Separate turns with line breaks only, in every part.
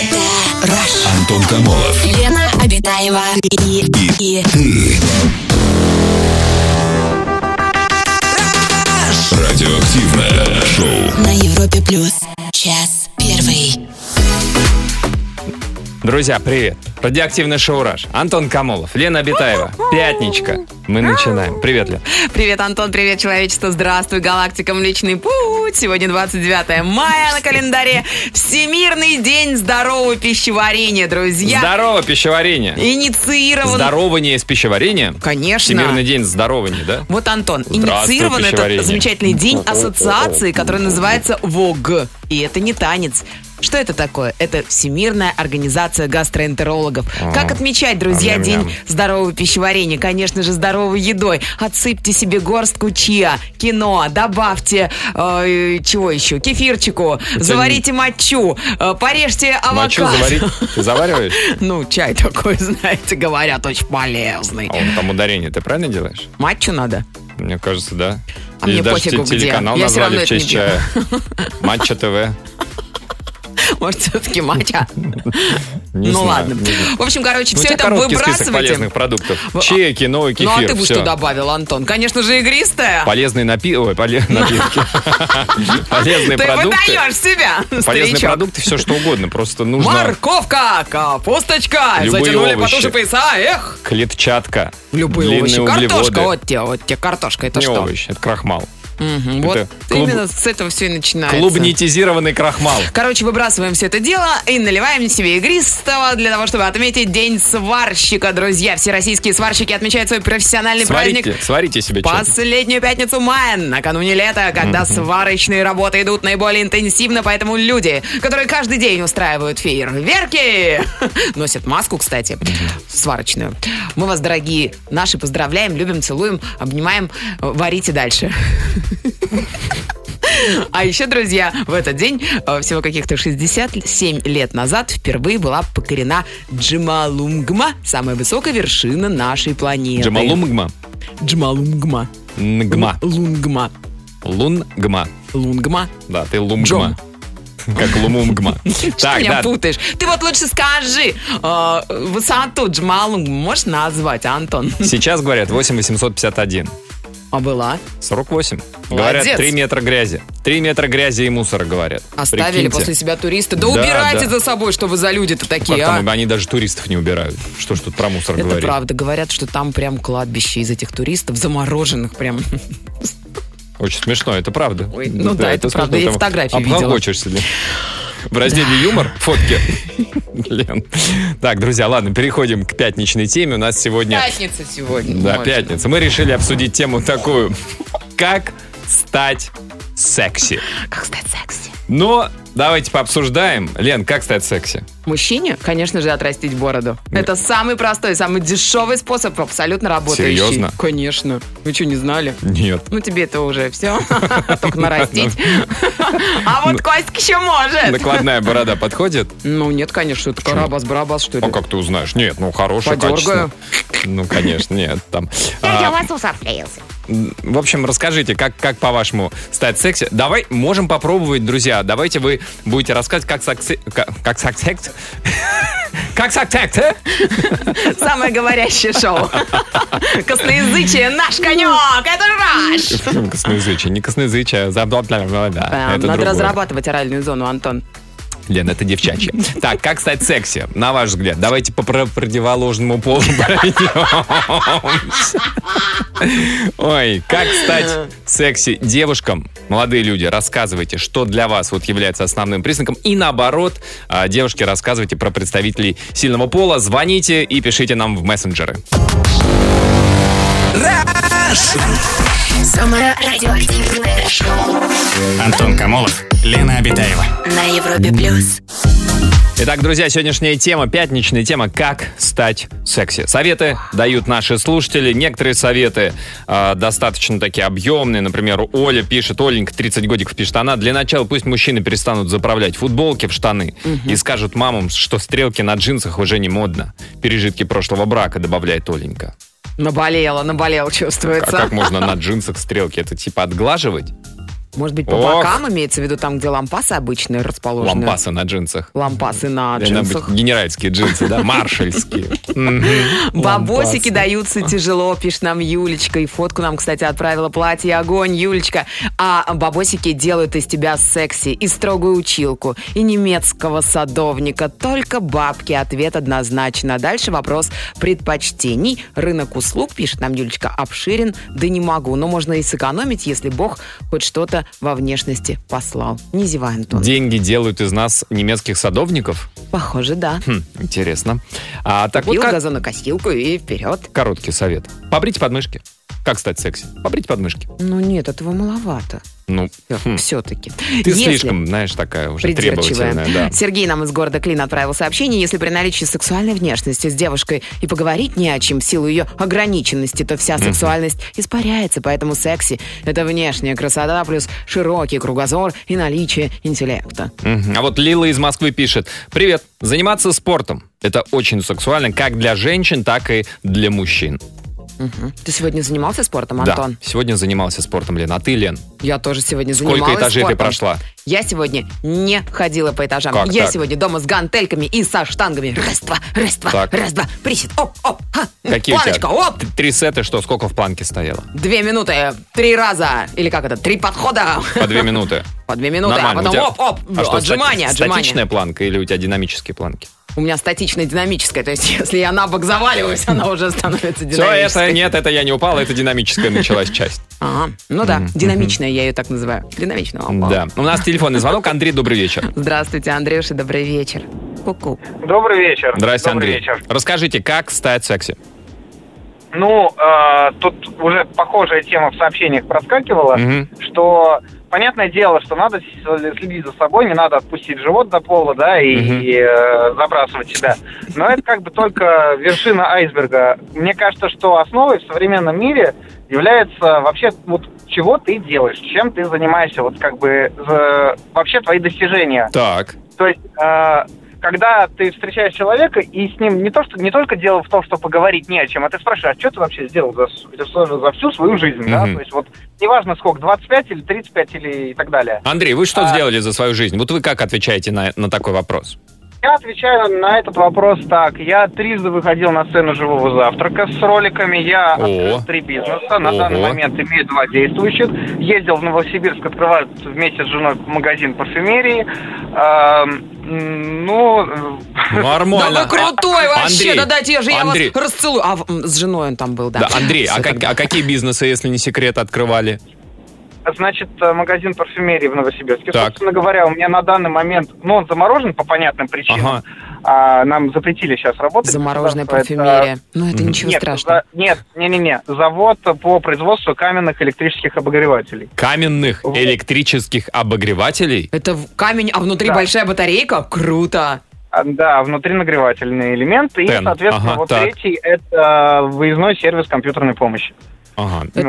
Это Rush.
Антон Камолов.
Лена Обитаева и, и, и
Ты. Радиоактивное шоу.
на Европе плюс. Час первый.
Друзья, привет! Радиоактивный шоу «Раш». Антон Камолов, Лена Абитаева. Пятничка. Мы начинаем. Привет, Лен.
Привет, Антон, привет, человечество. Здравствуй, галактика Млечный Путь. Сегодня 29 мая на календаре. Всемирный день здорового пищеварения, друзья.
Здорово, пищеварение.
Инициирован...
Здорование с пищеварением.
Конечно.
Всемирный день здорования, да?
Вот, Антон,
Здравствуй,
инициирован
пищеварение.
этот замечательный день ассоциации, который называется ВОГ. И это не танец. Что это такое? Это Всемирная организация гастроэнтерологов. Как отмечать, друзья,
Ам-ням-ням.
день здорового пищеварения? Конечно же, здоровой едой. Отсыпьте себе горстку чиа, кино, добавьте э, чего еще? Кефирчику, заварите мочу, Э, порежьте
Мочу
авокадо.
заварить. Ты завариваешь?
Ну, чай такой, знаете, говорят, очень полезный.
А он там ударение. Ты правильно делаешь?
Матчу надо.
Мне кажется, да.
А
Или
мне
даже
пофигу,
те-
где.
телеканал
Я всё
назвали
равно
в честь
это
чая. Матча ТВ.
Может, все-таки матча?
Не
ну
знаю,
ладно.
не знаю.
В общем, короче,
Ну, у тебя
все это
короткий список полезных
выбрасывайте.
продуктов.
В-
Чай, кино и кефир.
ну а ты бы
всё.
что добавил, Антон? Конечно же, игристая.
Полезные напи... Ой, поле- напитки. Полезные
Ты
продукты.
выдаешь себя,
Полезные
старичок.
продукты, все что угодно. Просто нужно
Морковка, капусточка,
Любые
затянули
овощи.
потуже пояса, эх.
клетчатка,
Любые
длинные
овощи.
углеводы.
Картошка, вот тебе, вот тебе картошка, это
не
что?
овощ, это крахмал.
Мгм, вот
Это клуб-
именно с этого все и начинается.
Клубнитизированный крахмал.
Короче, выбрасываем все это дело и наливаем себе игристого для того, чтобы отметить День сварщика, друзья. Все российские сварщики отмечают свой профессиональный праздник.
Сварите, сварите себе что-то.
Последнюю пятницу мая, накануне лета, когда сварочные работы идут наиболее интенсивно, поэтому люди, которые каждый день устраивают фейерверки, носят маску, кстати, сварочную. Мы вас, дорогие наши, поздравляем, любим, целуем, обнимаем, Э, варите дальше. А еще, друзья, в этот день, э, всего каких-то 67 лет назад, впервые была покорена Джималунгма, самая высокая вершина нашей планеты.
Джамалумгма.
Джмалунгма.
Нгма.
Лунгма.
Лунгма.
Лунгма.
Да, ты лумгма. Как лумумгма.
Ты
Так,
меня
да.
путаешь. Ты вот лучше скажи, э, высоту Джмалунгма можешь назвать, Антон?
Сейчас говорят 8851.
А была?
48.
Молодец.
Говорят, 3 метра грязи. 3 метра грязи и мусора, говорят.
Оставили
Прикиньте.
после себя туристы.
Да,
Да, убирайте
да.
за собой, что вы за люди-то такие,
Как там,
а?
они даже туристов не убирают. Что ж тут про мусор
Это
говорить?
правда. Говорят, что там прям кладбище из этих туристов, замороженных прям.
Очень смешно, это правда.
Ой, ну да, это правда, я
там
фотографии видела.
обхохочешься, Лен. В разделе юмор фотки. Лен. Так, друзья, ладно, переходим к пятничной теме. У нас сегодня...
Пятница сегодня.
Да,
Можно.
пятница. Мы решили обсудить тему такую. Как стать секси?
Как стать секси?
Но давайте пообсуждаем. Лен, как стать секси?
Мужчине, конечно же, отрастить бороду. Это самый простой, самый дешевый способ, абсолютно работающий.
Серьезно?
Конечно. Вы что, не знали?
Нет.
Ну, тебе это уже все. Только нарастить. А вот Костик еще может.
Накладная борода подходит?
Ну, нет, конечно, это
Почему?
карабас-барабас, что
А
ли.
как ты узнаешь? Нет, ну хорошая,
Подергаю.
качественная. Ну, конечно, нет, там. а, м, В общем, расскажите, как, как по-вашему стать секси? Давай, можем попробовать, друзья. Давайте вы будете рассказывать, как секси... Как, как секс- Как э? сактект,
Самое говорящее шоу. Косноязычие наш конек, это раш. Э,
Косноязычие, не косноязычие, а забла-бла-бла-бла. Это
Надо
другое.
разрабатывать оральную зону, Антон.
Лен, это девчачье. Так, как стать секси, на ваш взгляд? Давайте по про- противоположному полу пройдемся. Ой, как стать секси девушкам? Молодые люди, рассказывайте, что для вас вот является основным признаком. И наоборот, а, девушки, рассказывайте про представителей сильного пола. Звоните и пишите нам в мессенджеры.
Самое радиоактивное шоу
Антон Камолов, Лена Обитаева.
на Европе плюс.
Итак, друзья, сегодняшняя тема, пятничная тема «Как стать секси». Советы дают наши слушатели. Некоторые советы э, достаточно такие объемные. Например, Оля пишет, Оленька, 30 годиков пишет, она для начала пусть мужчины перестанут заправлять футболки в штаны и скажут мамам, что стрелки на джинсах уже не модно. Пережитки прошлого брака, добавляет Оленька.
Наболела, наболел,
А
чувствуется.
как можно на джинсах стрелки? Это типа отглаживать?
Может быть, по
Ох.
бокам имеется в виду там, где лампасы обычные расположены?
Лампасы на джинсах.
Лампасы на
Должны быть
джинсах.
Генеральские джинсы, да, маршальские.
Бабосики даются тяжело, пишет нам Юлечка. И фотку нам, кстати, отправила платье огонь, Юлечка. А бабосики делают из тебя секси, и строгую училку, и немецкого садовника. Только бабки. Ответ однозначно. Дальше вопрос предпочтений. Рынок услуг, пишет нам Юлечка, обширен, да не могу. Но можно и сэкономить, если Бог хоть что-то во внешности послал. Не зевай, Антон.
Деньги делают из нас немецких садовников.
Похоже, да.
Хм, интересно. А так вот
Пил
как-
газонокосилку и вперед.
короткий совет. Побрить подмышки. Как стать секси? Побрить подмышки.
Ну нет, этого маловато.
Ну,
Э,
хм,
Все-таки.
ты слишком, знаешь, такая уже
Придирчивая.
требовательная. Да.
Сергей нам из города Клин отправил сообщение. Если при наличии сексуальной внешности с девушкой и поговорить не о чем, в силу ее ограниченности, то вся сексуальность испаряется. Поэтому секси – это внешняя красота плюс широкий кругозор и наличие интеллекта.
Мгм. А вот Лила из Москвы пишет. Привет. Заниматься спортом. Это очень сексуально как для женщин, так и для мужчин.
Мгм. Ты сегодня занимался спортом,
Да.
Антон?
Сегодня занимался спортом, Лен. А ты, Лен,
Я тоже сегодня занималась
сколько этажей ты
спортом.
прошла?
Я сегодня не ходила по этажам.
Как
Я
так?
сегодня дома с гантельками и со штангами. Раз-два, раз-два,
Так.
раз-два. Присед, оп-оп.
Какие
Планочка,
у тебя?
оп.
Т- Три сета, что, сколько в планке стояло?
Две минуты, три раза, или как это, три подхода
По две минуты.
по две минуты,
Нормально.
а потом
У тебя-
оп-оп,
А что, стати-
отжимания, отжимания.
статичная планка или у тебя динамические планки?
У меня статичная динамическая, то есть если я на бок заваливаюсь, она уже становится
Все,
динамической.
это нет, это я не упал, это динамическая началась часть.
Ага, ну да, динамичная, я ее так называю. Динамичная. оп-оп.
Да. У нас телефонный звонок. Андрей, добрый вечер.
Здравствуйте, Андрюша, добрый вечер. Ку-ку.
Добрый вечер.
Здрасте,
Добрый
Андрей.
вечер.
Расскажите, как стать секси?
Ну, э, тут уже похожая тема в сообщениях проскакивала,
Мгм.
что понятное дело, что надо с- следить за собой, не надо отпустить живот до пола, да, и,
Мгм.
э, забрасывать себя. Но это как бы только вершина айсберга. Мне кажется, что основой в современном мире является вообще вот чего ты делаешь, чем ты занимаешься, вот как бы э, вообще твои достижения.
Так.
То есть, э, когда ты встречаешь человека, и с ним не, то, что, не только дело в том, что поговорить не о чем, а ты спрашиваешь, а что ты вообще сделал за, с- за с- за всю свою жизнь, да?
Мгм.
То есть, вот, неважно сколько, 25 или 35 или и так далее.
Андрей, вы что
А.
сделали за свою жизнь? Вот вы как отвечаете на, на такой вопрос?
Я отвечаю на этот вопрос так. Я трижды выходил на сцену живого завтрака с роликами.
О.
Я открыл три бизнеса. На данный
Ого.
момент имею два действующих. Ездил в Новосибирск, открываю вместе с женой магазин парфюмерии. Эм, м, ну, э,
Да
Нормально. А,
вы крутой вообще,
Андрей,
да дайте я же, я вас
Андрей.
расцелую. А м, с женой он там был, да.
Да, Андрей, а,
Всё
как-
тогда.
а какие бизнесы, если не секрет, открывали?
Значит, э, магазин парфюмерии в Новосибирске.
Так.
Собственно говоря, у меня на данный момент, ну, он заморожен по понятным причинам.
Ага.
А, нам запретили сейчас работать.
Замороженная
Государство это-
парфюмерия. Ну это ничего
Нет,
страшного.
за- нет, не-не-не. Завод по производству каменных электрических обогревателей.
Каменных электрических обогревателей?
Это в- камень, а внутри
Да.
большая батарейка? Круто.
А, Да, внутри нагревательный элемент. И,
Тен.
соответственно,
Ага,
вот
так.
третий – это выездной сервис компьютерной помощи.
Ага.
Ну.
а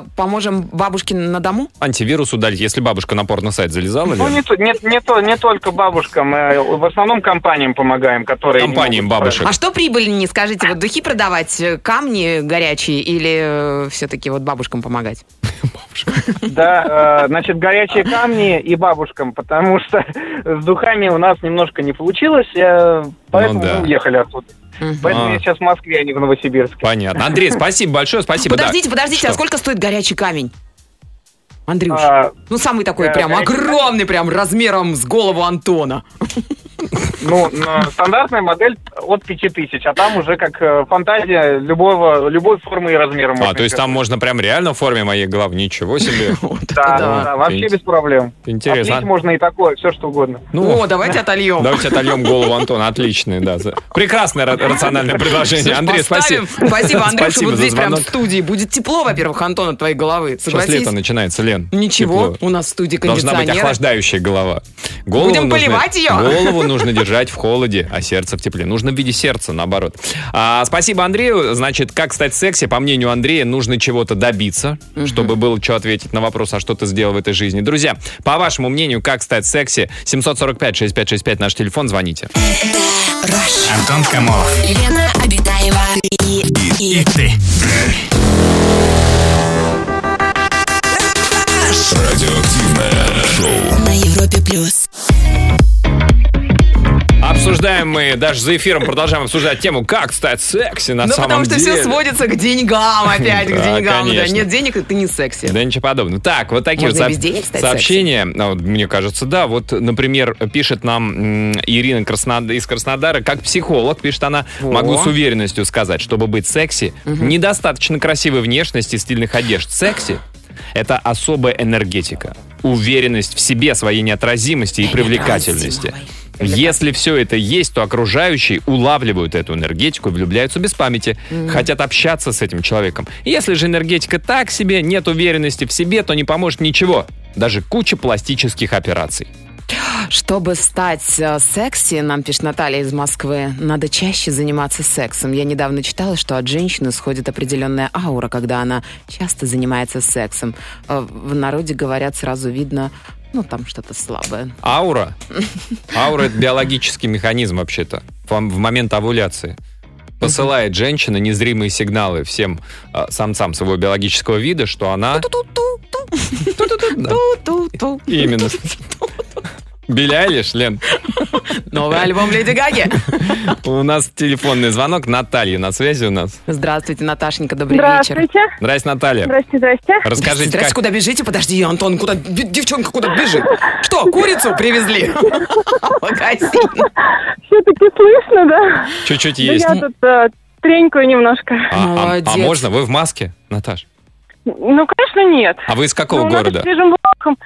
Это поможем бабушке на дому?
Антивирус удалить, если бабушка на порно-сайт залезала?
Ну,
Лен?
не, то- не, не то, не только бабушкам, э, в основном компаниям помогаем, которые... не
Компаниям
могут
бабушек.
А что прибыльнее, скажите, вот духи продавать, э, камни горячие или все-таки вот бабушкам помогать?
Да, э, значит, горячие камни и бабушкам, потому что с духами у нас немножко не получилось, э, поэтому
Ну да.
мы уехали оттуда.
Мгм.
Поэтому
А.
я сейчас в Москве, а не в Новосибирске.
Понятно. Андрей, спасибо большое, спасибо. Типа, да.
Подождите, подождите, а
Что?
сколько стоит горячий камень? Андрюш,
А,
ну самый такой
э,
прям
горячий
огромный, прям размером с голову Антона.
ну, э, стандартная модель от 5000, а там уже как э, фантазия любого, любой формы и размера.
А,
можно
то есть там можно прям реально в форме моей головы. Ничего себе.
сделать. Да,
да.
да, да, вообще
Интересно.
без проблем.
Интересно.
Отлить можно и такое, все что угодно.
О, давайте отольем.
Ну, Давайте отольем голову Антона. Отличное, да. за- Прекрасное ра- рациональное предложение. Андрей, спасибо.
Поставим. Спасибо, Андрюша,
Спасибо
вот
за
здесь прям в
звонок.
студии. Будет тепло, во-первых, Антон, от твоей головы.
Сейчас
Согласись?
лето начинается, Лен.
Ничего,
Тепло.
у нас в студии
Должна быть
кондиционер.
охлаждающая голова. Голову
Будем
нужно-
поливать её.
Голову нужно держать в холоде, а сердце в тепле. Нужно в виде сердца, наоборот. А, спасибо Андрею. Значит, как стать секси, по мнению Андрея, нужно чего-то добиться, чтобы было что ответить на вопрос, а что ты сделал в этой жизни. Друзья, по вашему мнению, как стать секси? 745-6565 наш телефон, звоните.
Антон Камолов.
Лена Обитаева и,
И ты.
Rush.
Радиоактивное шоу.
На Европе плюс.
Обсуждаем мы, даже за эфиром продолжаем обсуждать тему, как стать секси на
Ну,
самом
потому что
деле.
все сводится к деньгам опять, к
Да,
деньгам. да.
конечно.
Нет денег, и ты не секси.
Да ничего подобного. Так, вот такие
Можно
вот
и без денег стать
сообщения, Ну, вот мне кажется, да. Вот, например, пишет нам м, Ирина Краснод- из Краснодара, как психолог, пишет она,
Во.
могу с уверенностью сказать, чтобы быть секси, недостаточно красивой внешности, стильных одежд. Секси — это особая энергетика, уверенность в себе, своей неотразимости и привлекательности. Если все это есть, то окружающие улавливают эту энергетику, влюбляются без памяти, хотят общаться с этим человеком. Если же энергетика так себе, нет уверенности в себе, то не поможет ничего. Даже куча пластических операций.
Чтобы стать э, секси, нам пишет Наталья из Москвы, надо чаще заниматься сексом. Я недавно читала, что от женщины сходит определенная аура, когда она часто занимается сексом. Э, В народе говорят, сразу видно, ну, там что-то слабое.
Аура. Аура это биологический механизм вообще-то. Вам В момент овуляции. Посылает женщина незримые сигналы всем э, самцам своего биологического вида, что она... Да,
Ту-ту-ту.
Именно. Беляйлиш, Лен?
Новый альбом Леди Гаги.
У нас телефонный звонок. Наталья на связи у нас.
Здравствуйте, Наташенька, добрый вечер.
Здравствуйте.
Здрасте, Наталья.
Здрасте, здрасте.
Расскажите,
Здрасте,
как...
куда бежите? Подожди, Антон, куда бе- девчонка куда бежит? Что, курицу привезли? В Магазин.
Все-таки слышно, да?
Чуть-чуть
Да
есть.
я тут э, тренькаю немножко.
А, а- а
Молодец.
можно? Вы в маске, Наташ?
Ну, конечно, нет.
А вы из какого
Ну, надо
города?
свежим воздухом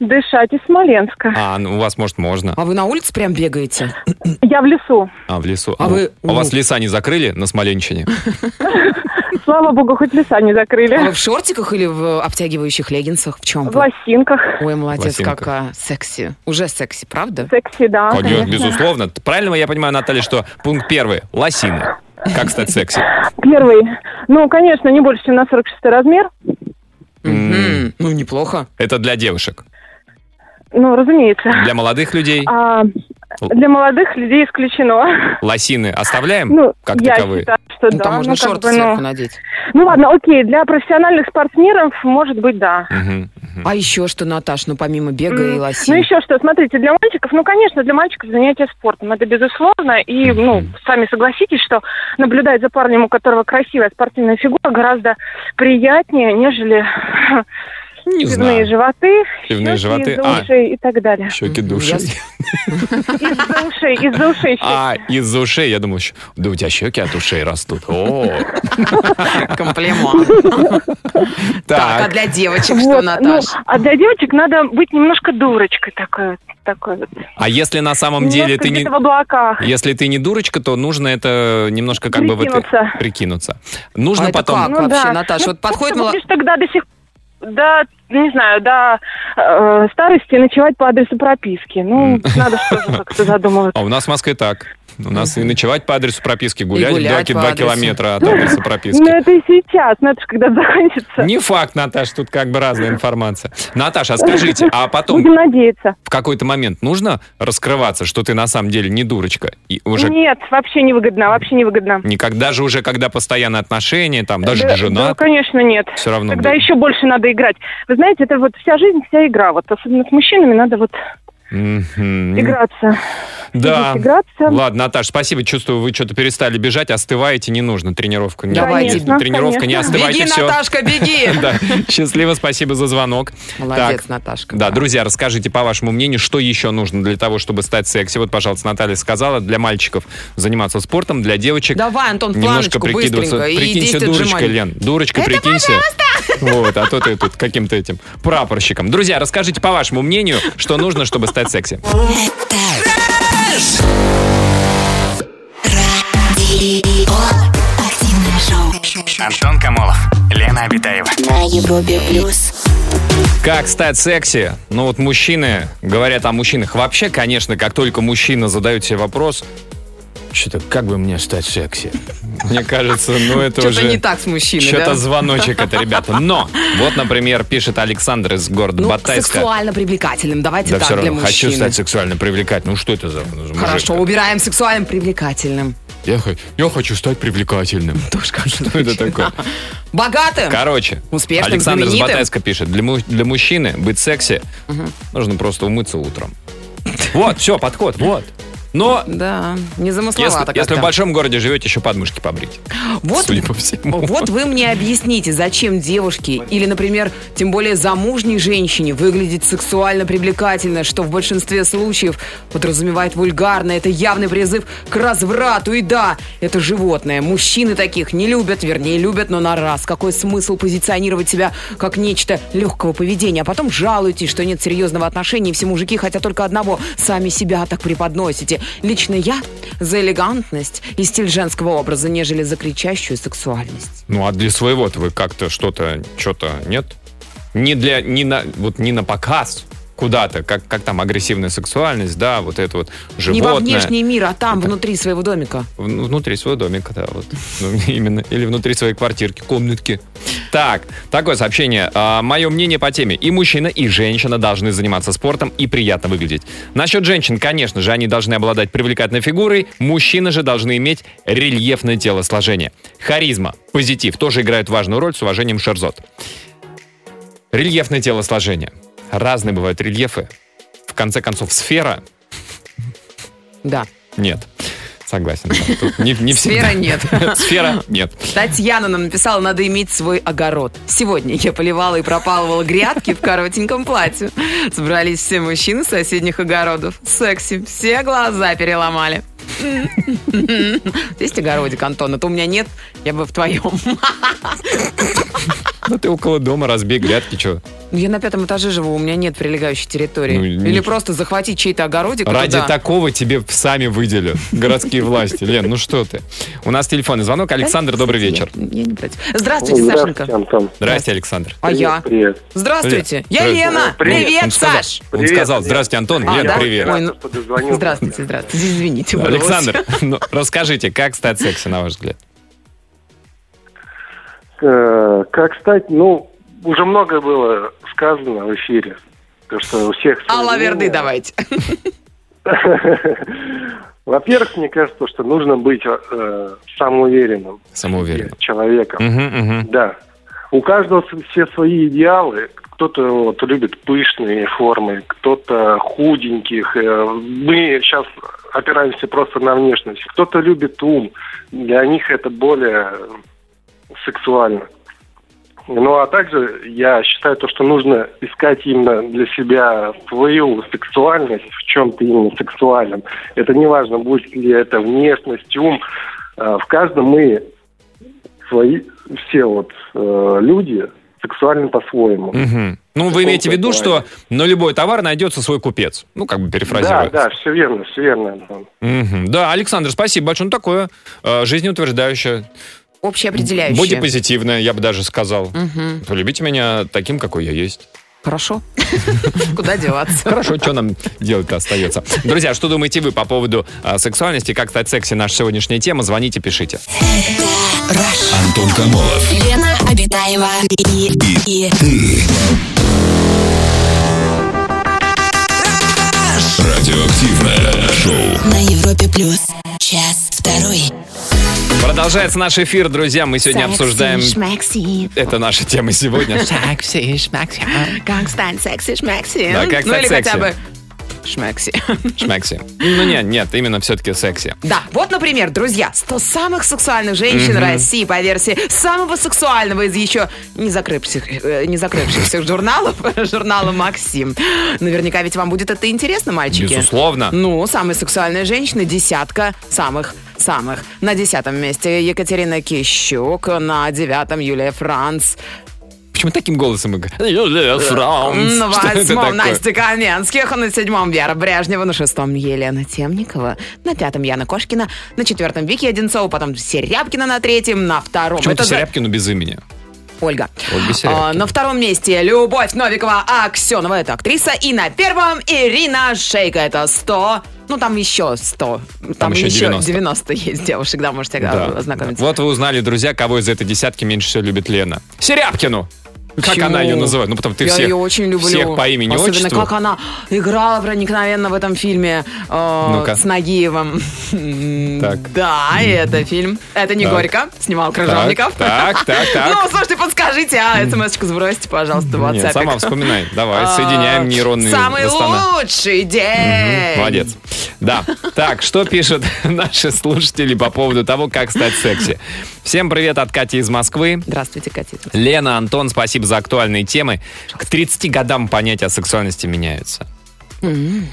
дышать из Смоленска.
А, ну, у вас, может, можно.
А вы на улице прям бегаете?
Я в лесу.
А, в лесу.
А вы-
у вас леса не закрыли на Смоленщине?
Слава богу, хоть леса не
А вы
закрыли.
в шортиках или в обтягивающих леггинсах? В чем
В
вы?
лосинках.
Ой, молодец,
Лосинках.
какая секси. Уже секси, правда?
Секси, да,
Конечно,
конечно.
безусловно. Правильно я понимаю, Наталья, что пункт первый – лосины. Как стать секси?
Первый. Ну, конечно, не больше, чем на 46 размер.
М,
М, Ну, неплохо.
Это для девушек.
Ну, разумеется.
Для молодых людей
А для молодых людей исключено.
лосины оставляем
Ну,
как
я
таковые?
считаю, что
Ну,
да.
там можно
ну, как
шорты
бы, ну.
сверху надеть.
Ну, ладно, окей, для профессиональных спортсменов, может быть, да.
Мгм, мгм.
А еще что, Наташ, ну, помимо бега и
М,
лосин?
Ну еще что, смотрите, для мальчиков, ну конечно, для мальчиков занятие спортом, это безусловно, и ну сами согласитесь, что наблюдать за парнем, у которого красивая спортивная фигура, гораздо приятнее, нежели
Не
пивные
знаю.
животы,
Пивные
щеки
животы.
из-за
А.
ушей и так далее.
Щеки души.
Я
Из-за ушей, из-за ушей. щеки.
А, из-за ушей, я думал, щ- да у тебя щеки от ушей растут. О,
Комплимент. Так, а
так.
для девочек что,
Вот, ну,
Наташ?
а для девочек надо быть немножко дурочкой такой, вот, такой вот.
А если на самом деле
Немножко
ты не...
где-то в облаках.
Если ты не дурочка, то нужно это немножко как бы... в это-
Прикинуться.
Прикинуться. Нужно
А это
потом...
Ну
как? вообще, Наташ, вот подходит
просто
мало-
будешь тогда до сих до, не знаю, до э, старости ночевать по адресу прописки. Ну,
М.
надо что-то как-то задумываться.
А у нас в Москве так. У нас и ночевать по адресу прописки, гулять,
гулять
в
по
два
адресу.
километра от адреса
Ну,
прописки.
это и сейчас, но это же когда закончится.
Не факт, Наташ, тут как бы разная информация. Наташа, а скажите, а
Будем
потом
надеяться.
в какой-то момент нужно раскрываться, что ты на самом деле не дурочка? И уже
Нет, вообще невыгодно, вообще невыгодно.
никогда же уже, когда постоянно отношения, там, даже
Да, да,
жена,
конечно, нет.
все равно...
Тогда
будет.
еще больше надо играть. Вы знаете, это вот вся жизнь, вся игра. Вот особенно с мужчинами надо вот
Мгм.
играться.
Да.
Играться.
Ладно, Наташ, спасибо. Чувствую, вы что-то перестали бежать, остываете, не нужно тренировку. Не-
Давайте.
не- тренировка, не
конечно.
остывайте,
Беги,
все.
Наташка, беги!
Да. Счастливо, спасибо за звонок.
Молодец,
Так.
Наташка.
Да, друзья, расскажите, по вашему мнению, что еще нужно для того, чтобы стать секси? Вот, пожалуйста, Наталья сказала, для мальчиков заниматься спортом, для девочек
Давай, Антон, в
немножко
планочку,
прикидываться.
быстренько. И
Прикинься,
10
дурочка,
отжиманий.
Лен, дурочка, прикинься. Вот, а то ты тут каким-то этим прапорщиком. Друзья, расскажите, по вашему мнению, что нужно, чтобы стать секси?
Радио. Активное шоу.
Антон Камолов, Лена Абитаева.
На Европе плюс.
Как стать секси? Ну вот мужчины, говорят о мужчинах, вообще, конечно, как только мужчина задает себе вопрос, что-то как бы мне стать секси? Мне кажется, ну это
Что-то
уже...
не так с мужчиной,
Что-то
да?
звоночек это, ребята. Но, вот, например, пишет Александр из города
Ну,
Батайска.
сексуально привлекательным. Давайте
Да
так
все
для
равно, хочу
мужчины.
стать сексуально привлекательным. Ну что это за за мужик?
Хорошо, убираем сексуальным привлекательным.
Я, хо- я хочу стать привлекательным. Что это такое?
Богатым,
Короче,
успешным,
Александр
знаменитым.
Сбатайска пишет, для, му- для мужчины быть секси нужно просто умыться утром. Вот, все, подход, вот. Но
Да,
если,
незамысловато
если в
как-то.
большом городе живете, еще подмышки побрить.
Вот,
судя по всему.
вот вы мне объясните, зачем девушке или, например, тем более замужней женщине выглядеть сексуально привлекательно, что в большинстве случаев подразумевает вульгарно. Это явный призыв к разврату. И да, это животное. Мужчины таких не любят, вернее, любят, но на раз. Какой смысл позиционировать себя как нечто легкого поведения, а потом жалуетесь, что нет серьезного отношения, и все мужики хотят только одного. Сами себя так преподносите. Лично я за элегантность и стиль женского образа, нежели за кричащую сексуальность.
Ну, а для своего-то вы как-то что-то, что-то нет? Не для, не на, вот не на показ куда-то, как, как там агрессивная сексуальность, да, вот это вот
Не во
животное.
внешний мир, а там, внутри своего домика.
Вн- Внутри своего домика, да, вот. Ну, Именно. Или внутри своей квартирки, комнатки. Так, такое сообщение. мое мнение по теме. И мужчина, и женщина должны заниматься спортом и приятно выглядеть. Насчет женщин, конечно же, они должны обладать привлекательной фигурой. Мужчины же должны иметь рельефное телосложение. Харизма, позитив тоже играют важную роль с уважением Шерзот. Рельефное телосложение. Разные бывают рельефы. В конце концов, сфера
Да.
нет. Согласен. да. Тут не, не всегда.
Сфера нет.
Сфера нет.
Татьяна нам написала, надо иметь свой огород. Сегодня я поливала и пропалывала грядки в коротеньком платье. Собрались все мужчины с соседних огородов. Секси. Все глаза переломали. Есть огородик, Антон? А то у меня нет, я бы в твоем.
Ну ты около дома разбей грядки, что?
Ну, я на пятом этаже живу, у меня нет прилегающей территории.
Ну,
Или
ничего.
просто захватить чей-то огородик. и
Ради
туда.
такого тебе сами выделят городские власти. Лен, ну что ты? У нас телефонный звонок. Александр, добрый вечер.
Я не против. Здравствуйте, Сашенька.
Антон.
Здрасте, Александр.
А я?
Привет.
Здравствуйте. Я
Привет.
Лена.
Привет.
Он
Привет,
сказал-
Саш.
Он сказал, здравствуйте, Антон.
А,
Лен,
да? Ой,
привет.
ну, Здравствуйте, здравствуйте. Извините, вырвалась.
Александр, ну, расскажите, как стать секси, на ваш взгляд?
Э, Как стать? Ну, уже многое было сказано в эфире. То, что у всех... свои
Алла
мнения.
Верды, давайте.
Во-первых, мне кажется, что нужно быть э, самоуверенным
Самоуверенно.
человеком.
Мгм, мгм.
Да. У каждого с- все свои идеалы. Кто-то вот, любит пышные формы, кто-то худеньких. Э, Мы сейчас опираемся просто на внешность. Кто-то любит ум. Для них это более сексуально. Ну, а также я считаю то, что нужно искать именно для себя свою сексуальность, в чем ты именно сексуален. Это не важно, будет ли это внешность, ум. Э, В каждом мы свои, все вот э, люди сексуальны по-своему.
Мгм. Ну, вы имеете в виду, что
Такого
на любой товар найдется свой купец. Ну, как бы
Да,
перефразируя.
да, все верно, все верно, Антон.
Мгм. Да, Александр, спасибо большое. Ну, такое э, жизнеутверждающее.
Общеопределяющее.
Бодипозитивное, я бы даже сказал.
Мгм.
Полюбите меня таким, какой я есть.
Хорошо. Куда деваться?
Хорошо, что нам делать-то остается. Друзья, что думаете вы по поводу а, сексуальности? Как стать секси? Наша сегодняшняя тема. Звоните, пишите.
Антон Камолов.
Лена Обитаева и, и, и
Радиоактивное шоу.
на Европе плюс. Час второй.
Продолжается наш эфир, друзья. Мы сегодня обсуждаем...
Шмекси.
Это наша тема сегодня.
Шмакси, шмакси.
Как стать секси, шмекси?
Да, как
Ну
стать
или хотя
секси?
бы шмакси.
Шмекси. Ну нет, нет, именно все-таки секси.
Да, вот, например, друзья, 100 самых сексуальных женщин России по версии самого сексуального из еще не закрывшихся, э, не закрывшихся журналов, журнала «Максим». Наверняка ведь вам будет это интересно, мальчики.
Безусловно.
Ну, самая сексуальная женщина, десятка самых самых. На десятом месте Екатерина Кищук, на девятом Юлия Франц,
Почему таким голосом мы говорим? Франц.
на
Что это такое?
восьмом Ну, Настя Каменских, на седьмом Вера Брежнева, на шестом Елена Темникова, на пятом Яна Кошкина, на четвертом Вики Одинцова, потом Серябкина на третьем, на втором...
Почему ты
за-
Серябкину без имени?
Ольга.
Ольга Серябкина.
А, на втором месте Любовь Новикова Аксенова, это актриса. И на первом Ирина Шейка, это 100... Ну, там еще 100. Там,
еще 90.
90 есть девушек, да, можете
Да.
ознакомиться.
Вот вы узнали, друзья, кого из этой десятки меньше всего любит Лена. Серябкину! Как
Почему?
она ее называет? Ну, потому что ты
Я
всех,
ее очень люблю.
всех по имени
Особенно,
отчеству.
как она играла проникновенно в этом фильме э,
Ну-ка.
с Нагиевым. М,
Так.
Да, и это фильм. Это не
Так.
Горько. Снимал Крыжовников.
так, так, так.
Ну, слушайте, подскажите, а смс-очку сбросьте, пожалуйста, Ну, в WhatsApp.
Нет, сама вспоминай. Давай,
А,
соединяем нейронные
Самый
востана.
лучший день.
Молодец. Да. Так, что пишут наши слушатели по поводу того, как стать секси? Всем привет от Кати из Москвы.
Здравствуйте, Катя.
Лена, Антон, спасибо за актуальные темы. К 30 годам понятия о сексуальности меняются.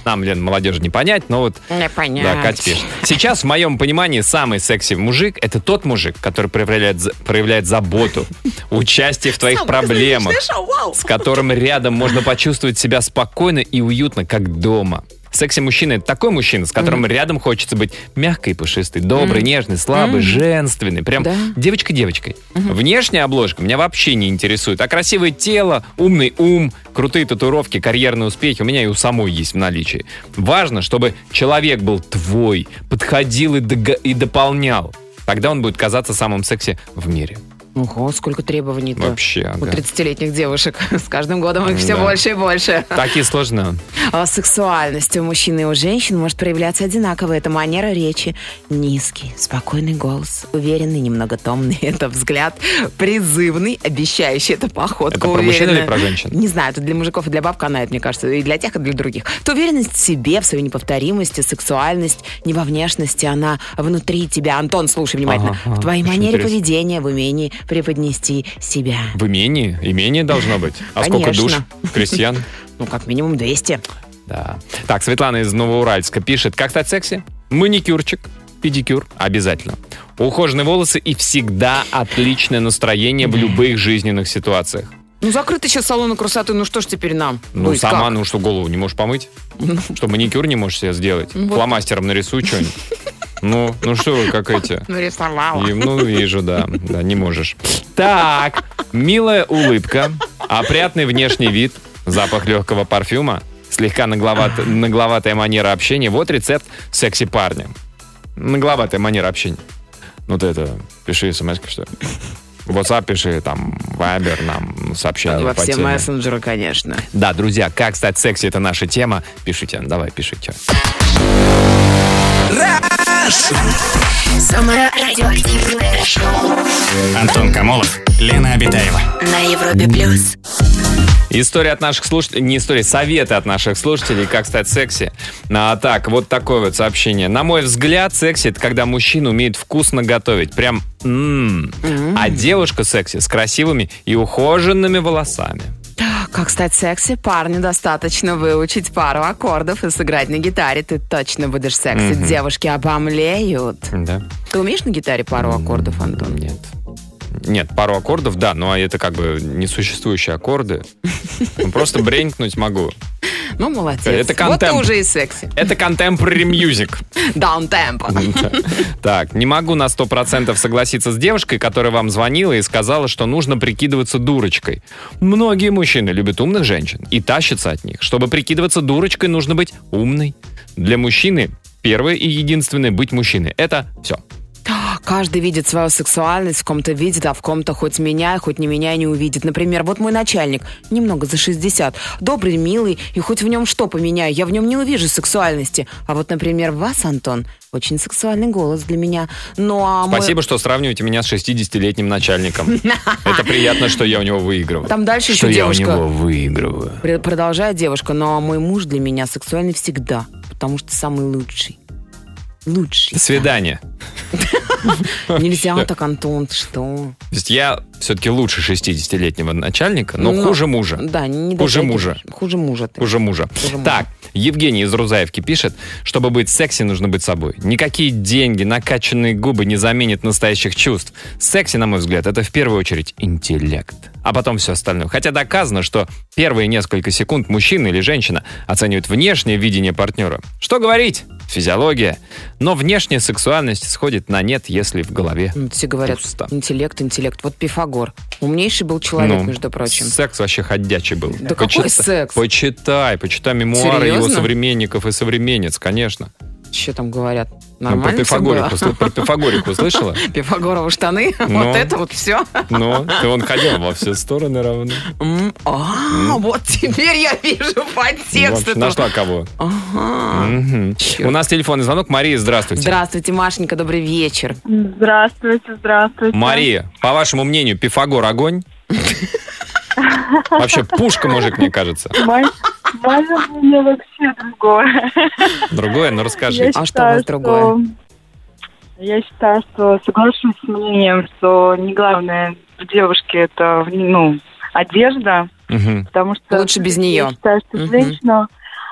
Нам, Лен, молодежи не понять, но вот...
Не понять.
Да, Катя пишет. Сейчас, в моем понимании, самый секси мужик — это тот мужик, который проявляет, за- проявляет заботу, участие в твоих
Самое
проблемах,
симпатичное шоу, вау.
с которым рядом можно почувствовать себя спокойно и уютно, как дома. Секси-мужчина — это такой мужчина, с которым рядом хочется быть мягкой и пушистой, добрый, нежный, слабый, женственный. Прям
Да.
девочка-девочкой. Внешняя обложка меня вообще не интересует. А красивое тело, умный ум, крутые татуировки, карьерные успехи у меня и у самой есть в наличии. Важно, чтобы человек был твой, подходил и, дога- и дополнял. Тогда он будет казаться самым секси в мире.
Ого, сколько требований-то.
Вообще,
У
ага.
30-летних девушек. С каждым годом их все
Да.
больше и больше.
Так и сложно.
А Сексуальность у мужчин и у женщин может проявляться одинаково. Это манера речи. Низкий, спокойный голос, уверенный, немного томный. Это взгляд призывный, обещающий. Это походка
Это про мужчин
уверенная.
или про женщин?
Не знаю, это для мужиков и для баб канает, мне кажется, и для тех, и для других. Это уверенность в себе, в своей неповторимости, сексуальность не во внешности, она внутри тебя. Антон, слушай внимательно.
Ага, ага,
в твоей
очень
манере
интересно.
поведения, в умении преподнести себя.
В имении? Имение должно быть. А сколько душ?
Конечно.
Крестьян?
Ну, как минимум 200.
Да. Так, Светлана из Новоуральска пишет. Как стать секси? Маникюрчик, педикюр обязательно. Ухоженные волосы и всегда отличное настроение в любых жизненных ситуациях.
Ну, закрыты сейчас салоны красоты, ну что ж теперь нам?
Ну,
Быть,
сама,
как?
ну что, голову не можешь помыть? Что, маникюр не можешь себе сделать?
Ну, вот.
Фломастером нарисуй что-нибудь. Ну, ну что вы, как эти?
Нарисовала.
И, ну, вижу, да. Да, не можешь. Так, милая улыбка, опрятный внешний вид, запах легкого парфюма, слегка нагловат- нагловатая манера общения. Вот рецепт секси-парня. Нагловатая манера общения. Ну, ты это, пиши смс что ли. В WhatsApp пиши, там, Viber, нам сообщение
Во
Э, по
все
теме.
мессенджеры, конечно.
Да, друзья, как стать секси, это наша тема. Пишите, давай, пишите.
Самое радиоактивное шоу
Антон Камолов, Лена Обитаева.
на Европе плюс.
История от наших слушателей, не история, советы от наших слушателей, как стать секси. А, так, вот такое вот сообщение. На мой взгляд, секси это когда мужчина умеет вкусно готовить, прям м. а девушка секси с красивыми и ухоженными волосами.
А Как стать секси? Парню достаточно выучить пару аккордов и сыграть на гитаре. Ты точно будешь секси. Девушки обомлеют.
Да?
Ты умеешь на гитаре пару аккордов, Антон?
Нет. Нет, пару аккордов, да, но это как бы несуществующие аккорды. Ну, Просто бренькнуть могу.
Ну, молодец.
Это
Вот ты
контемп.
уже и секси.
Это contemporary music.
Даунтемпо.
Так, не могу на 100% согласиться с девушкой, которая вам звонила и сказала, что нужно прикидываться дурочкой. Многие мужчины любят умных женщин и тащатся от них. Чтобы прикидываться дурочкой, нужно быть умной. Для мужчины первое и единственное быть мужчиной. Это все.
Каждый видит свою сексуальность, в ком-то видит, а в ком-то хоть меня, хоть не меня не увидит. Например, вот мой начальник, немного за 60, добрый, милый, и хоть в нем что поменяю, я в нем не увижу сексуальности. А вот, например, вас, Антон, очень сексуальный голос для меня. Ну а мой-
Спасибо, что сравниваете меня с 60-летним начальником. Это приятно, что я у него выигрываю.
Там дальше
Что
еще
я у
девушка.
него выигрываю.
Пр- Продолжает девушка, но мой муж для меня сексуальный всегда, потому что самый лучший. Лучший.
До свидания.
Нельзя вот так, Антон, ты что?
То есть я все-таки лучше 60-летнего начальника, но
Ну,
хуже мужа.
Да, не
Хуже
дотягиваешь.
мужа.
Хуже мужа. ты.
Уже мужа.
Хуже мужа.
Так, Евгений из Рузаевки пишет, чтобы быть секси, нужно быть собой. Никакие деньги, накачанные губы не заменят настоящих чувств. Секси, на мой взгляд, это в первую очередь интеллект, а потом все остальное. Хотя доказано, что первые несколько секунд мужчина или женщина оценивают внешнее видение партнера. Что говорить? Физиология. Но внешняя сексуальность сходит на нет, если в голове.
Ну, Все говорят,
Пусто.
интеллект, интеллект. Вот Пифагор. Умнейший был человек,
Ну,
между прочим.
Секс вообще ходячий был.
Да какой секс?
Почитай, почитай мемуары его
Серьезно?
современников и современниц, конечно. Ну,
Что там говорят?
Про
Нормально всё
Пифагорику,
было.
сл- про Пифагорику слышала?
Пифагорова штаны,
Ну.
вот это вот все.
Ну, ты он ходил во все стороны равно.
А, вот теперь я вижу
Вот,
подтекст. этого.
Нашла кого.
Ага.
Мгм. У нас телефонный звонок. Мария, здравствуйте.
Здравствуйте, Машенька, добрый вечер.
Здравствуйте, здравствуйте.
Мария, по вашему мнению, Пифагор огонь? Вообще пушка, мужик, мне кажется.
Мое мнение вообще другое.
Другое, но расскажи.
Я
А что у вас
считаю,
другое?
что- Я считаю, что соглашусь с мнением, что не главное в девушке это ну, одежда,
Мгм.
потому что
Лучше без
я
неё.
считаю, что
Мгм.
женщину,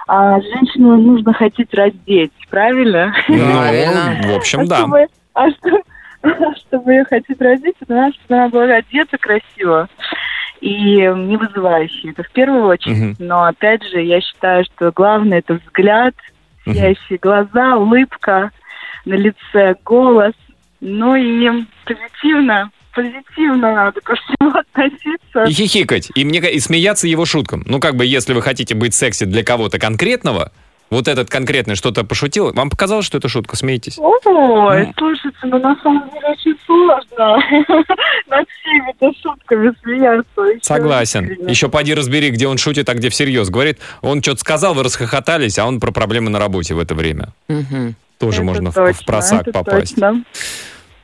а, женщину нужно хотеть раздеть, правильно?
Ну,
Правильно.
в общем,
а
да.
чтобы, а что- чтобы ее хотеть раздеть, это надо, чтобы она была одета красиво и не вызывающе. Это в первую очередь.
Мгм.
Но опять же, я считаю, что главное это взгляд, сияющие глаза, улыбка на лице, голос. Ну и позитивно, позитивно надо ко всему относиться.
И хихикать, и, мне, ка- и смеяться его шуткам. Ну, как бы, если вы хотите быть секси для кого-то конкретного, вот этот конкретный что-то пошутил, вам показалось, что это шутка, смеетесь?
Ой, слушайте, ну на самом деле очень сложно над всеми-то шутками смеяться. ещё
Согласен.
искренне.
Еще поди разбери, где он шутит, а где всерьез. Говорит, он что-то сказал, вы расхохотались, а он про проблемы на работе в это время.
Мгм.
Тоже
Это
можно в- в
точно,
просак
это
попасть.
точно.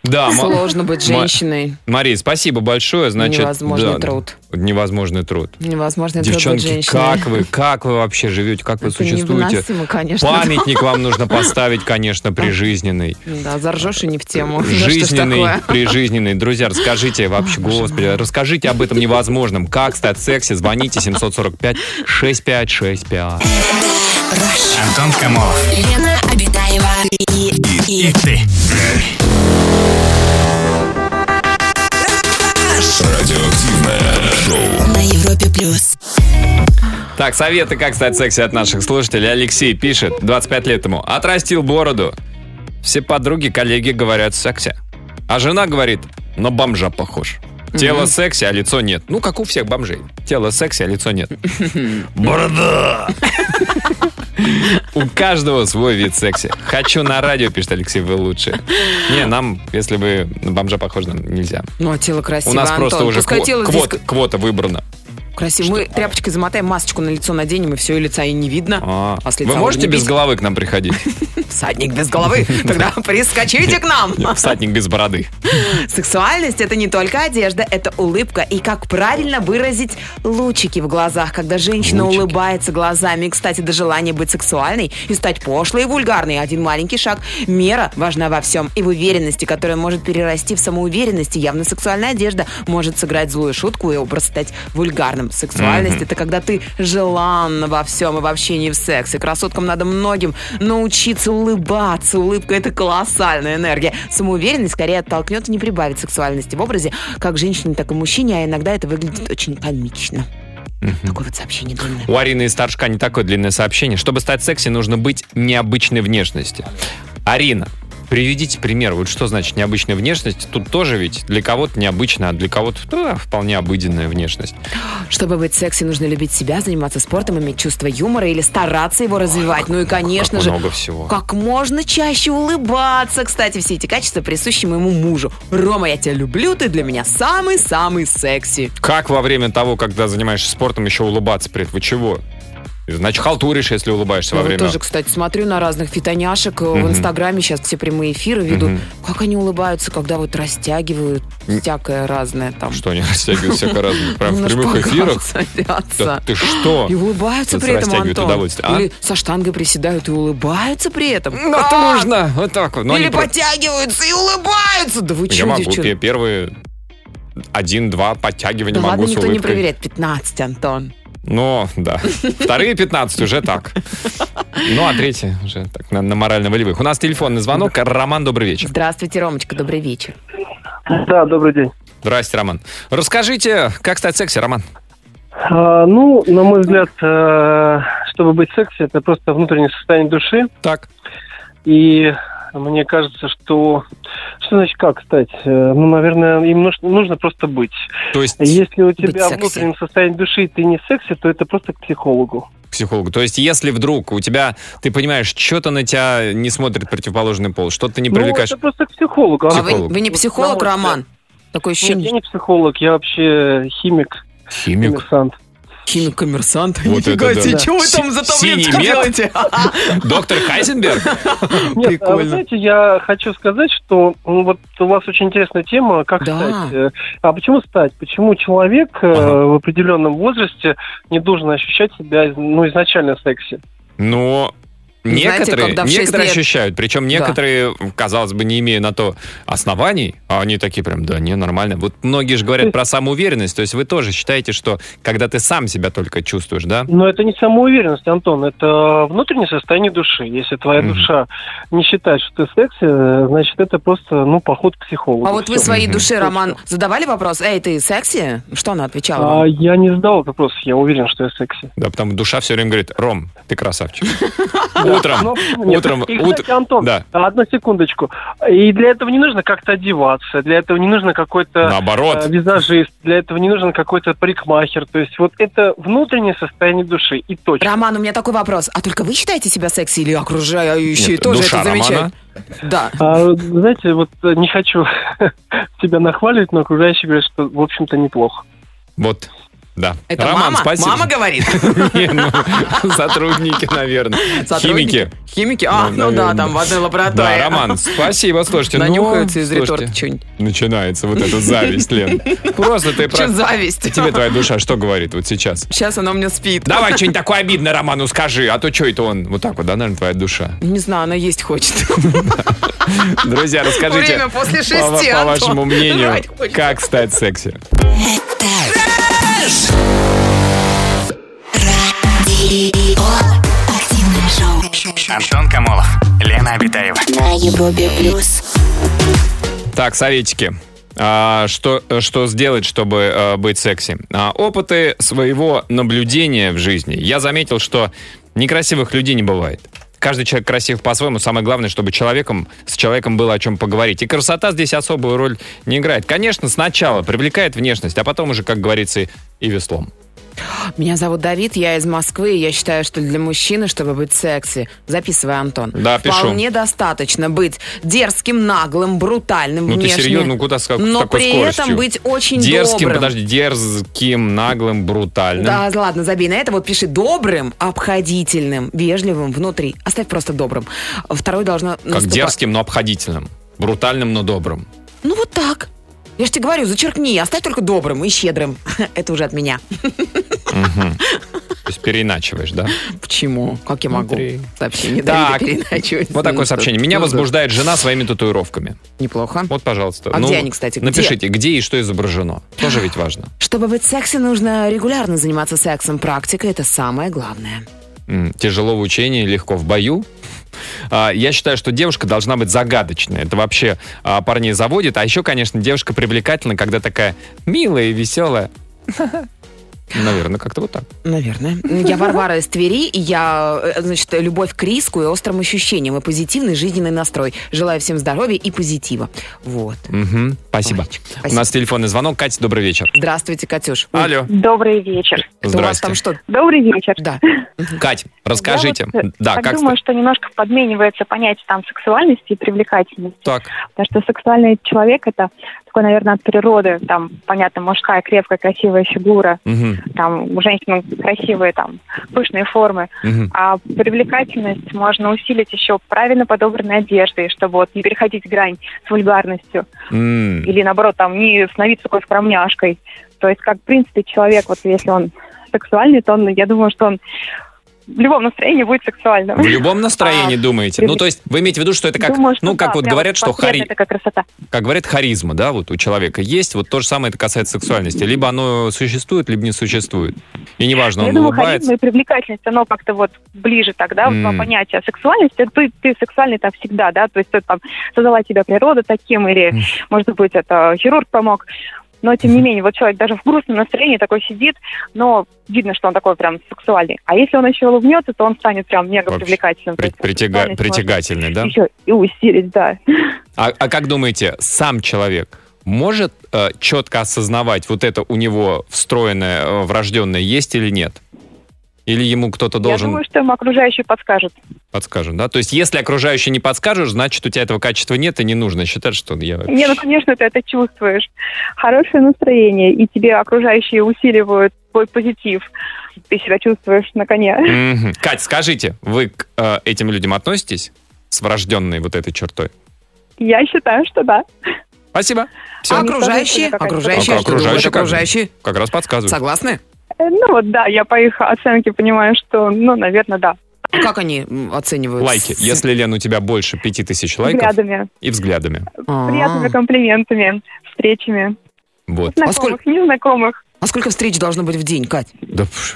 Да, Ма-
Сложно быть
Ма-
женщиной.
Мария, спасибо большое. Значит,
Невозможный
да,
труд.
Невозможный труд.
Невозможно это быть
Девчонки,
женщиной.
как вы, как вы вообще живете, как вы
Это
существуете?
невыносимо, конечно.
Памятник вам нужно поставить, конечно, прижизненный.
Да, заржешь и не в тему. Да что ж
Жизненный,
такое?
прижизненный. Друзья, расскажите вообще, господи, расскажите об этом невозможном. Как стать секси? Звоните 745-6565.
Антон Камолов.
Лена Обитаева и, и,
И ты.
Радиоактивное шоу.
на Европе плюс.
Так, советы, как стать секси от наших слушателей. Алексей пишет, 25 лет ему, отрастил бороду. Все подруги, коллеги говорят секси. А жена говорит, на бомжа похож. Тело секси, а лицо нет. Ну, как у всех бомжей. Тело секси, а лицо нет. Борода! У каждого свой вид секси. Хочу на радио, пишет Алексей, вы лучше. Не, нам, если вы на бомжа похожи, нам нельзя.
Ну, а тело красиво,
У нас
Антон.
просто уже
Пускай
кво-
тело
квот-
здесь
квота выбрана.
красиво. Мы тряпочкой замотаем, масочку на лицо наденем, и все, и лица и не видно.
А.
А с лица
Вы
вы
можете
не
без
бить?
головы к нам приходить?
Всадник без головы. Тогда прискочите к нам.
Всадник без бороды.
Сексуальность это не только одежда, это улыбка и как правильно выразить лучики в глазах, когда женщина улыбается глазами. И, Кстати, до желания быть сексуальной и стать пошлой и вульгарной один маленький шаг. Мера важна во всем и в уверенности, которая может перерасти в самоуверенность. И явно сексуальная одежда может сыграть злую шутку и образ стать вульгарным. Сексуальность это когда ты желанна во всем и в общении в сексе. Красоткам надо многим научиться улыбаться. Улыбка это колоссальная энергия. Самоуверенность скорее оттолкнет и не прибавит сексуальности в образе как женщине, так и мужчине, а иногда это выглядит очень комично. Такое вот сообщение длинное.
У Арины из Торжка не такое длинное сообщение. Чтобы стать секси, нужно быть необычной внешности. Арина, приведите пример. Вот что значит необычная внешность? Тут тоже ведь для кого-то необычная, а для кого-то да, вполне обыденная внешность.
Чтобы быть секси, нужно любить себя, заниматься спортом, иметь чувство юмора или стараться его развивать. ну и, конечно
Как
же,
много всего.
Как можно чаще улыбаться. Кстати, все эти качества присущи моему мужу. Рома, я тебя люблю, ты для меня самый-самый секси.
Как во время того, когда занимаешься спортом, еще улыбаться при этом? Вы чего? Значит, халтуришь, если улыбаешься во
Я вот
время...
Ну, тоже, кстати, смотрю на разных фитоняшек э, в Инстаграме. Сейчас все прямые эфиры ведут.
Мгм.
Как они улыбаются, когда вот растягивают
М.
всякое разное там.
Что, не растягивают всякое разное? Прям в
На
прямых
шпагат
эфирах?
садятся.
Да ты что?
И улыбаются
Тут
при этом,
растягивают
Антон.
удовольствие. А?
Или со штангой приседают и улыбаются при этом.
Ну,
Как?
нужно. Вот так вот. Но
А! Или
они про-
подтягиваются и улыбаются. Да вы
Я
чё,
могу
девчонки?
пе- первые один-два подтягивания
Да
могу
Ну, ладно,
с
никто не
улыбкой.
проверяет. 15, Антон.
Но, да. Вторые 15 уже так. Ну, а третьи уже так, на, на морально-волевых. У нас телефонный звонок. Роман, добрый вечер.
Здравствуйте, Ромочка, добрый вечер.
Да, добрый день.
Здрасте, Роман. Расскажите, как стать секси, Роман?
А, ну, на мой взгляд, э, чтобы быть секси, это просто внутреннее состояние души.
Так.
И мне кажется, что... Что значит как стать? Э, Ну, наверное, им нужно, нужно просто быть.
То есть,
Если у
Быть
тебя в
секси.
внутреннем состоянии души ты не секси, то это просто к психологу.
психологу. То есть, если вдруг у тебя, ты понимаешь, что-то на тебя не смотрит противоположный пол, что-то ты не привлекаешь.
Ну, это просто к психологу.
А вы, вы не психолог, Роман? Такое
Нет,
ощущение.
я не психолог, я вообще химик.
Химик?
Коммерсант.
Химик-коммерсант?
Вот
Нифига
это
себе,
да.
чего вы там за
Си-
таблеточку
синий мед?
делаете?
Доктор Хайзенберг?
Нет, а вы
Прикольно.
знаете, я хочу сказать, что ну, вот у вас очень интересная тема, как стать. Э, А почему стать? Почему человек э, в определенном возрасте не должен ощущать себя из- ну, изначально секси?
Но
Знаете,
некоторые,
когда в шесть
некоторые
лет-
ощущают, причем некоторые, казалось бы, не имея на то оснований, а они такие прям, да, не, нормально. Вот многие же говорят про самоуверенность, то есть вы тоже считаете, что когда ты сам себя только чувствуешь, да?
Но это не самоуверенность, Антон, это внутреннее состояние души. Если твоя душа не считает, что ты секси, э, значит, это просто, ну, поход к психологу.
А вот вы
Всё.
своей душе, Роман, задавали вопрос, эй, ты секси? Что она отвечала
А,
вам?
я не задал вопрос, я уверен, что я секси.
Да, потому душа все время говорит, Ром, ты красавчик. Утром,
Нет.
утром,
И, кстати,
утром.
Антон, а,
Да.
одну секундочку. И для этого не нужно как-то одеваться, для этого не нужно какой-то
Наоборот.
э, визажист, для этого не нужен какой-то парикмахер. То есть вот это внутреннее состояние души и точка.
Роман, у меня такой вопрос. А только вы считаете себя секси или окружающие
Нет,
тоже
душа
это замечают?
Романа.
Да.
А, знаете, вот э, не хочу тебя нахваливать, но окружающие говорят, что, в общем-то, неплохо.
Вот, да.
Это
Роман,
мама?
спасибо.
Мама говорит?
Не, ну, Сотрудники, наверное.
Сотрудники?
Химики.
Химики? А,
Ну,
ну, да,
наверное.
там в одной
Да,
лаборатории.
Роман, спасибо, слушайте. ну,
Нанюхаются из
слушайте,
реторта что-нибудь.
Начинается вот эта зависть, Лен. Просто ты...
Чё
про-
зависть?
Тебе твоя душа что говорит вот сейчас?
Сейчас она у меня спит.
Давай что-нибудь такое обидное Роману скажи, а то что это он? Вот так вот, да, наверное, твоя душа.
Не знаю, она есть хочет.
Друзья, расскажите.
Время после
по-
шести,
По,
Антон.
вашему мнению,
Жрать хочется.
как стать секси?
Антон Камолов, Лена Обитаева.
На Европе плюс.
Так, советики. А, что, что сделать, чтобы э, быть секси? А, опыты своего наблюдения в жизни. Я заметил, что некрасивых людей не бывает. Каждый человек красив по-своему. Самое главное, чтобы человеком, с человеком было о чем поговорить. И красота здесь особую роль не играет. Конечно, сначала привлекает внешность, а потом уже, как говорится, и- и веслом.
Меня зовут Давид, я из Москвы, и я считаю, что для мужчины, чтобы быть секси, записывай, Антон.
Да, пишу.
Вполне достаточно быть дерзким, наглым, брутальным
Ну
внешне.
ты серьезно, ну куда с как- с
Но
такой
при
скоростью?
этом быть очень
дерзким,
добрым.
подожди, дерзким, наглым, брутальным.
Да, ладно, забей на это. Вот пиши добрым, обходительным, вежливым внутри. Оставь просто добрым. Второй должно
как
наступать.
дерзким, но обходительным. Брутальным, но добрым.
Ну вот так. Я же тебе говорю, зачеркни, оставь только добрым и щедрым. Это уже от меня.
Мгм. То есть переиначиваешь, да?
Почему? Как я могу? Сообщение Давида
Так,
переначивать.
вот такое
Ну,
сообщение.
что-
Меня
ну, да.
возбуждает жена своими татуировками.
Неплохо.
Вот, пожалуйста. Ну,
А где они, кстати, где?
Напишите, где и что изображено. Тоже ведь важно.
Чтобы быть секси, нужно регулярно заниматься сексом. Практика – это самое главное.
М, Тяжело в учении, легко в бою. А, Я считаю, что девушка должна быть загадочной. Это вообще а, парней заводит. А еще, конечно, девушка привлекательна, когда такая милая и веселая. Наверное, как-то вот так.
Наверное. Я Варвара из Твери, и я, э, значит, любовь к риску и острым ощущениям, и позитивный жизненный настрой. Желаю всем здоровья и позитива. Вот.
Мгм, Спасибо. У нас телефонный звонок. Катя, добрый вечер.
Здравствуйте, Катюш. Ой,
Алло.
Добрый вечер.
это у вас там что?
Добрый вечер.
Да.
Кать, расскажите.
э,
Да,
а
так
как
думаю,
ста-
что немножко подменивается понятие там сексуальности и привлекательности.
Так.
Потому что сексуальный человек это такой, наверное, от природы, там, понятно, мужская, крепкая, красивая фигура,
Мгм.
там, у женщин красивые, там, пышные формы.
Мгм.
А привлекательность можно усилить еще правильно подобранной одеждой, чтобы вот не переходить грань с вульгарностью.
М.
или наоборот там не становиться такой скромняшкой. То есть, как в принципе человек, вот если он сексуальный, то он, я думаю, что он в любом настроении будет сексуальным.
В любом настроении думаете? Ну, то есть вы имеете в виду, что это как,
А, Думаю, что
ну, как
да,
вот
прям
говорят, что
портрет
хари...
Это как красота.
Как говорят, харизма, да, вот у человека есть, вот то же самое это касается сексуальности. Либо оно существует, либо не существует. И неважно,
я
Ну, он
думаю,
улыбается.
харизма и привлекательность, оно как-то вот ближе тогда, вот
М.
два понятия. А Сексуальность, это ты, ты сексуальный там всегда, да, то есть это, там создала тебя природа таким, или, может быть, это хирург помог. Но, тем не менее, вот человек даже в грустном настроении такой сидит, но видно, что он такой прям сексуальный. А если он еще улыбнется, то он станет прям мега привлекательным. То
При-
есть
притяга-
сексуальность
Притягательный, да?
может Еще и усилить, да.
А, а как думаете, сам человек может э, четко осознавать, вот это у него встроенное, э, врожденное есть или нет? Или ему кто-то
Я
должен
думаю, что ему окружающие подскажут.
подскажет, да? То есть, если окружающие не подскажешь, значит, у тебя этого качества нет и не нужно считать, что я...
Не, ну, конечно, ты это чувствуешь. Хорошее настроение, и тебе окружающие усиливают твой позитив. Ты себя чувствуешь на коне.
Мгм. Кать, скажите, вы к э, этим людям относитесь с врожденной вот этой чертой?
Я считаю, что да.
Спасибо.
Всё.
А окружающие?
Они тоже,
Окружающие?
А
что думают
окружающие как-
окружающие?
Как раз подсказывают.
Согласны?
Э, Ну вот да, я по их оценке понимаю, что, ну, наверное, да.
А Как они м, оценивают?
Лайки. Если, Лен, у тебя больше пяти тысяч лайков
Взглядами,
и взглядами.
А.
приятными комплиментами, встречами.
Вот.
Знакомых, незнакомых.
А сколько встреч должно быть в день, Кать?
Да, пш,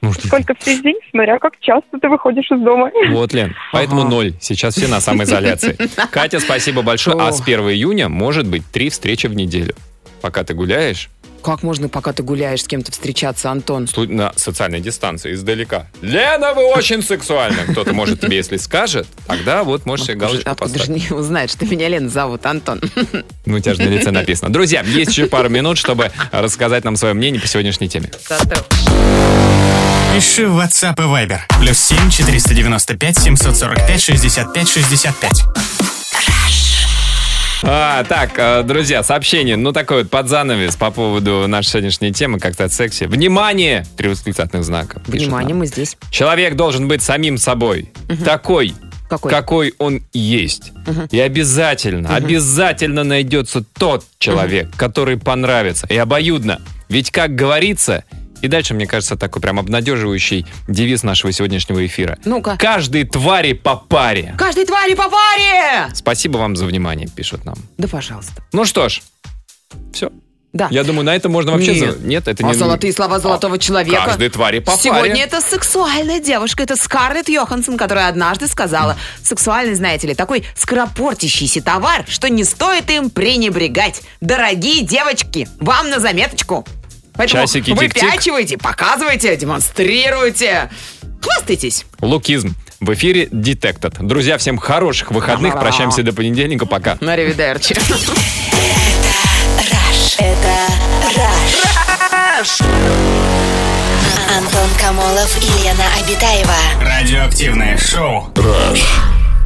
может,
Сколько встреч в день, смотря как часто ты выходишь из дома.
Вот, Лен. Поэтому ноль. Сейчас все на самоизоляции. Катя, спасибо большое. А с 1 июня может быть три встречи в неделю. Пока ты гуляешь
Как можно, пока ты гуляешь, с кем-то встречаться, Антон?
слу- на социальной дистанции издалека. Лена, вы очень сексуальна. Кто-то, может, тебе если скажет, тогда вот можешь себе галочку
Откуда же
поставить.
а не узнаешь, что меня Лена зовут, Антон?
Ну, у тебя же на лице написано. Друзья, есть еще пару минут, чтобы рассказать нам свое мнение по сегодняшней теме.
Пиши в WhatsApp и Viber. Плюс 7 495 745 65 65.
А, так, э, друзья, сообщение, ну, такой вот под занавес по поводу нашей сегодняшней темы, как-то от сексе. Внимание! Три восклицательных знака. пишет
Внимание,
нам.
мы здесь.
Человек должен быть самим собой. Такой,
Какой?
он есть.
Мгм.
И обязательно, обязательно найдется тот человек, который понравится. И обоюдно. Ведь, как говорится, и дальше, мне кажется, такой прям обнадеживающий девиз нашего сегодняшнего эфира.
Ну-ка.
Каждой твари по паре.
Каждой твари по паре!
Спасибо вам за внимание, пишут нам.
Да, пожалуйста.
Ну что ж, все.
Да.
Я думаю, на этом можно вообще...
Нет.
за- Нет, это
а
не...
золотые слова золотого человека.
Каждой твари по
Сегодня
паре.
это сексуальная девушка. Это Скарлетт Йоханссон, которая однажды сказала, сексуальный, знаете ли, такой скоропортящийся товар, что не стоит им пренебрегать. Дорогие девочки, вам на заметочку. Поэтому
Часики тик-тик.
выпячивайте, показывайте, демонстрируйте. Хвастайтесь.
Лукизм. В эфире Detected. Друзья, всем хороших выходных. Прощаемся до понедельника. Пока.
На ревидерчи.
Это Раш. Антон Камолов и Лена Обитаева.
Радиоактивное шоу. Rush.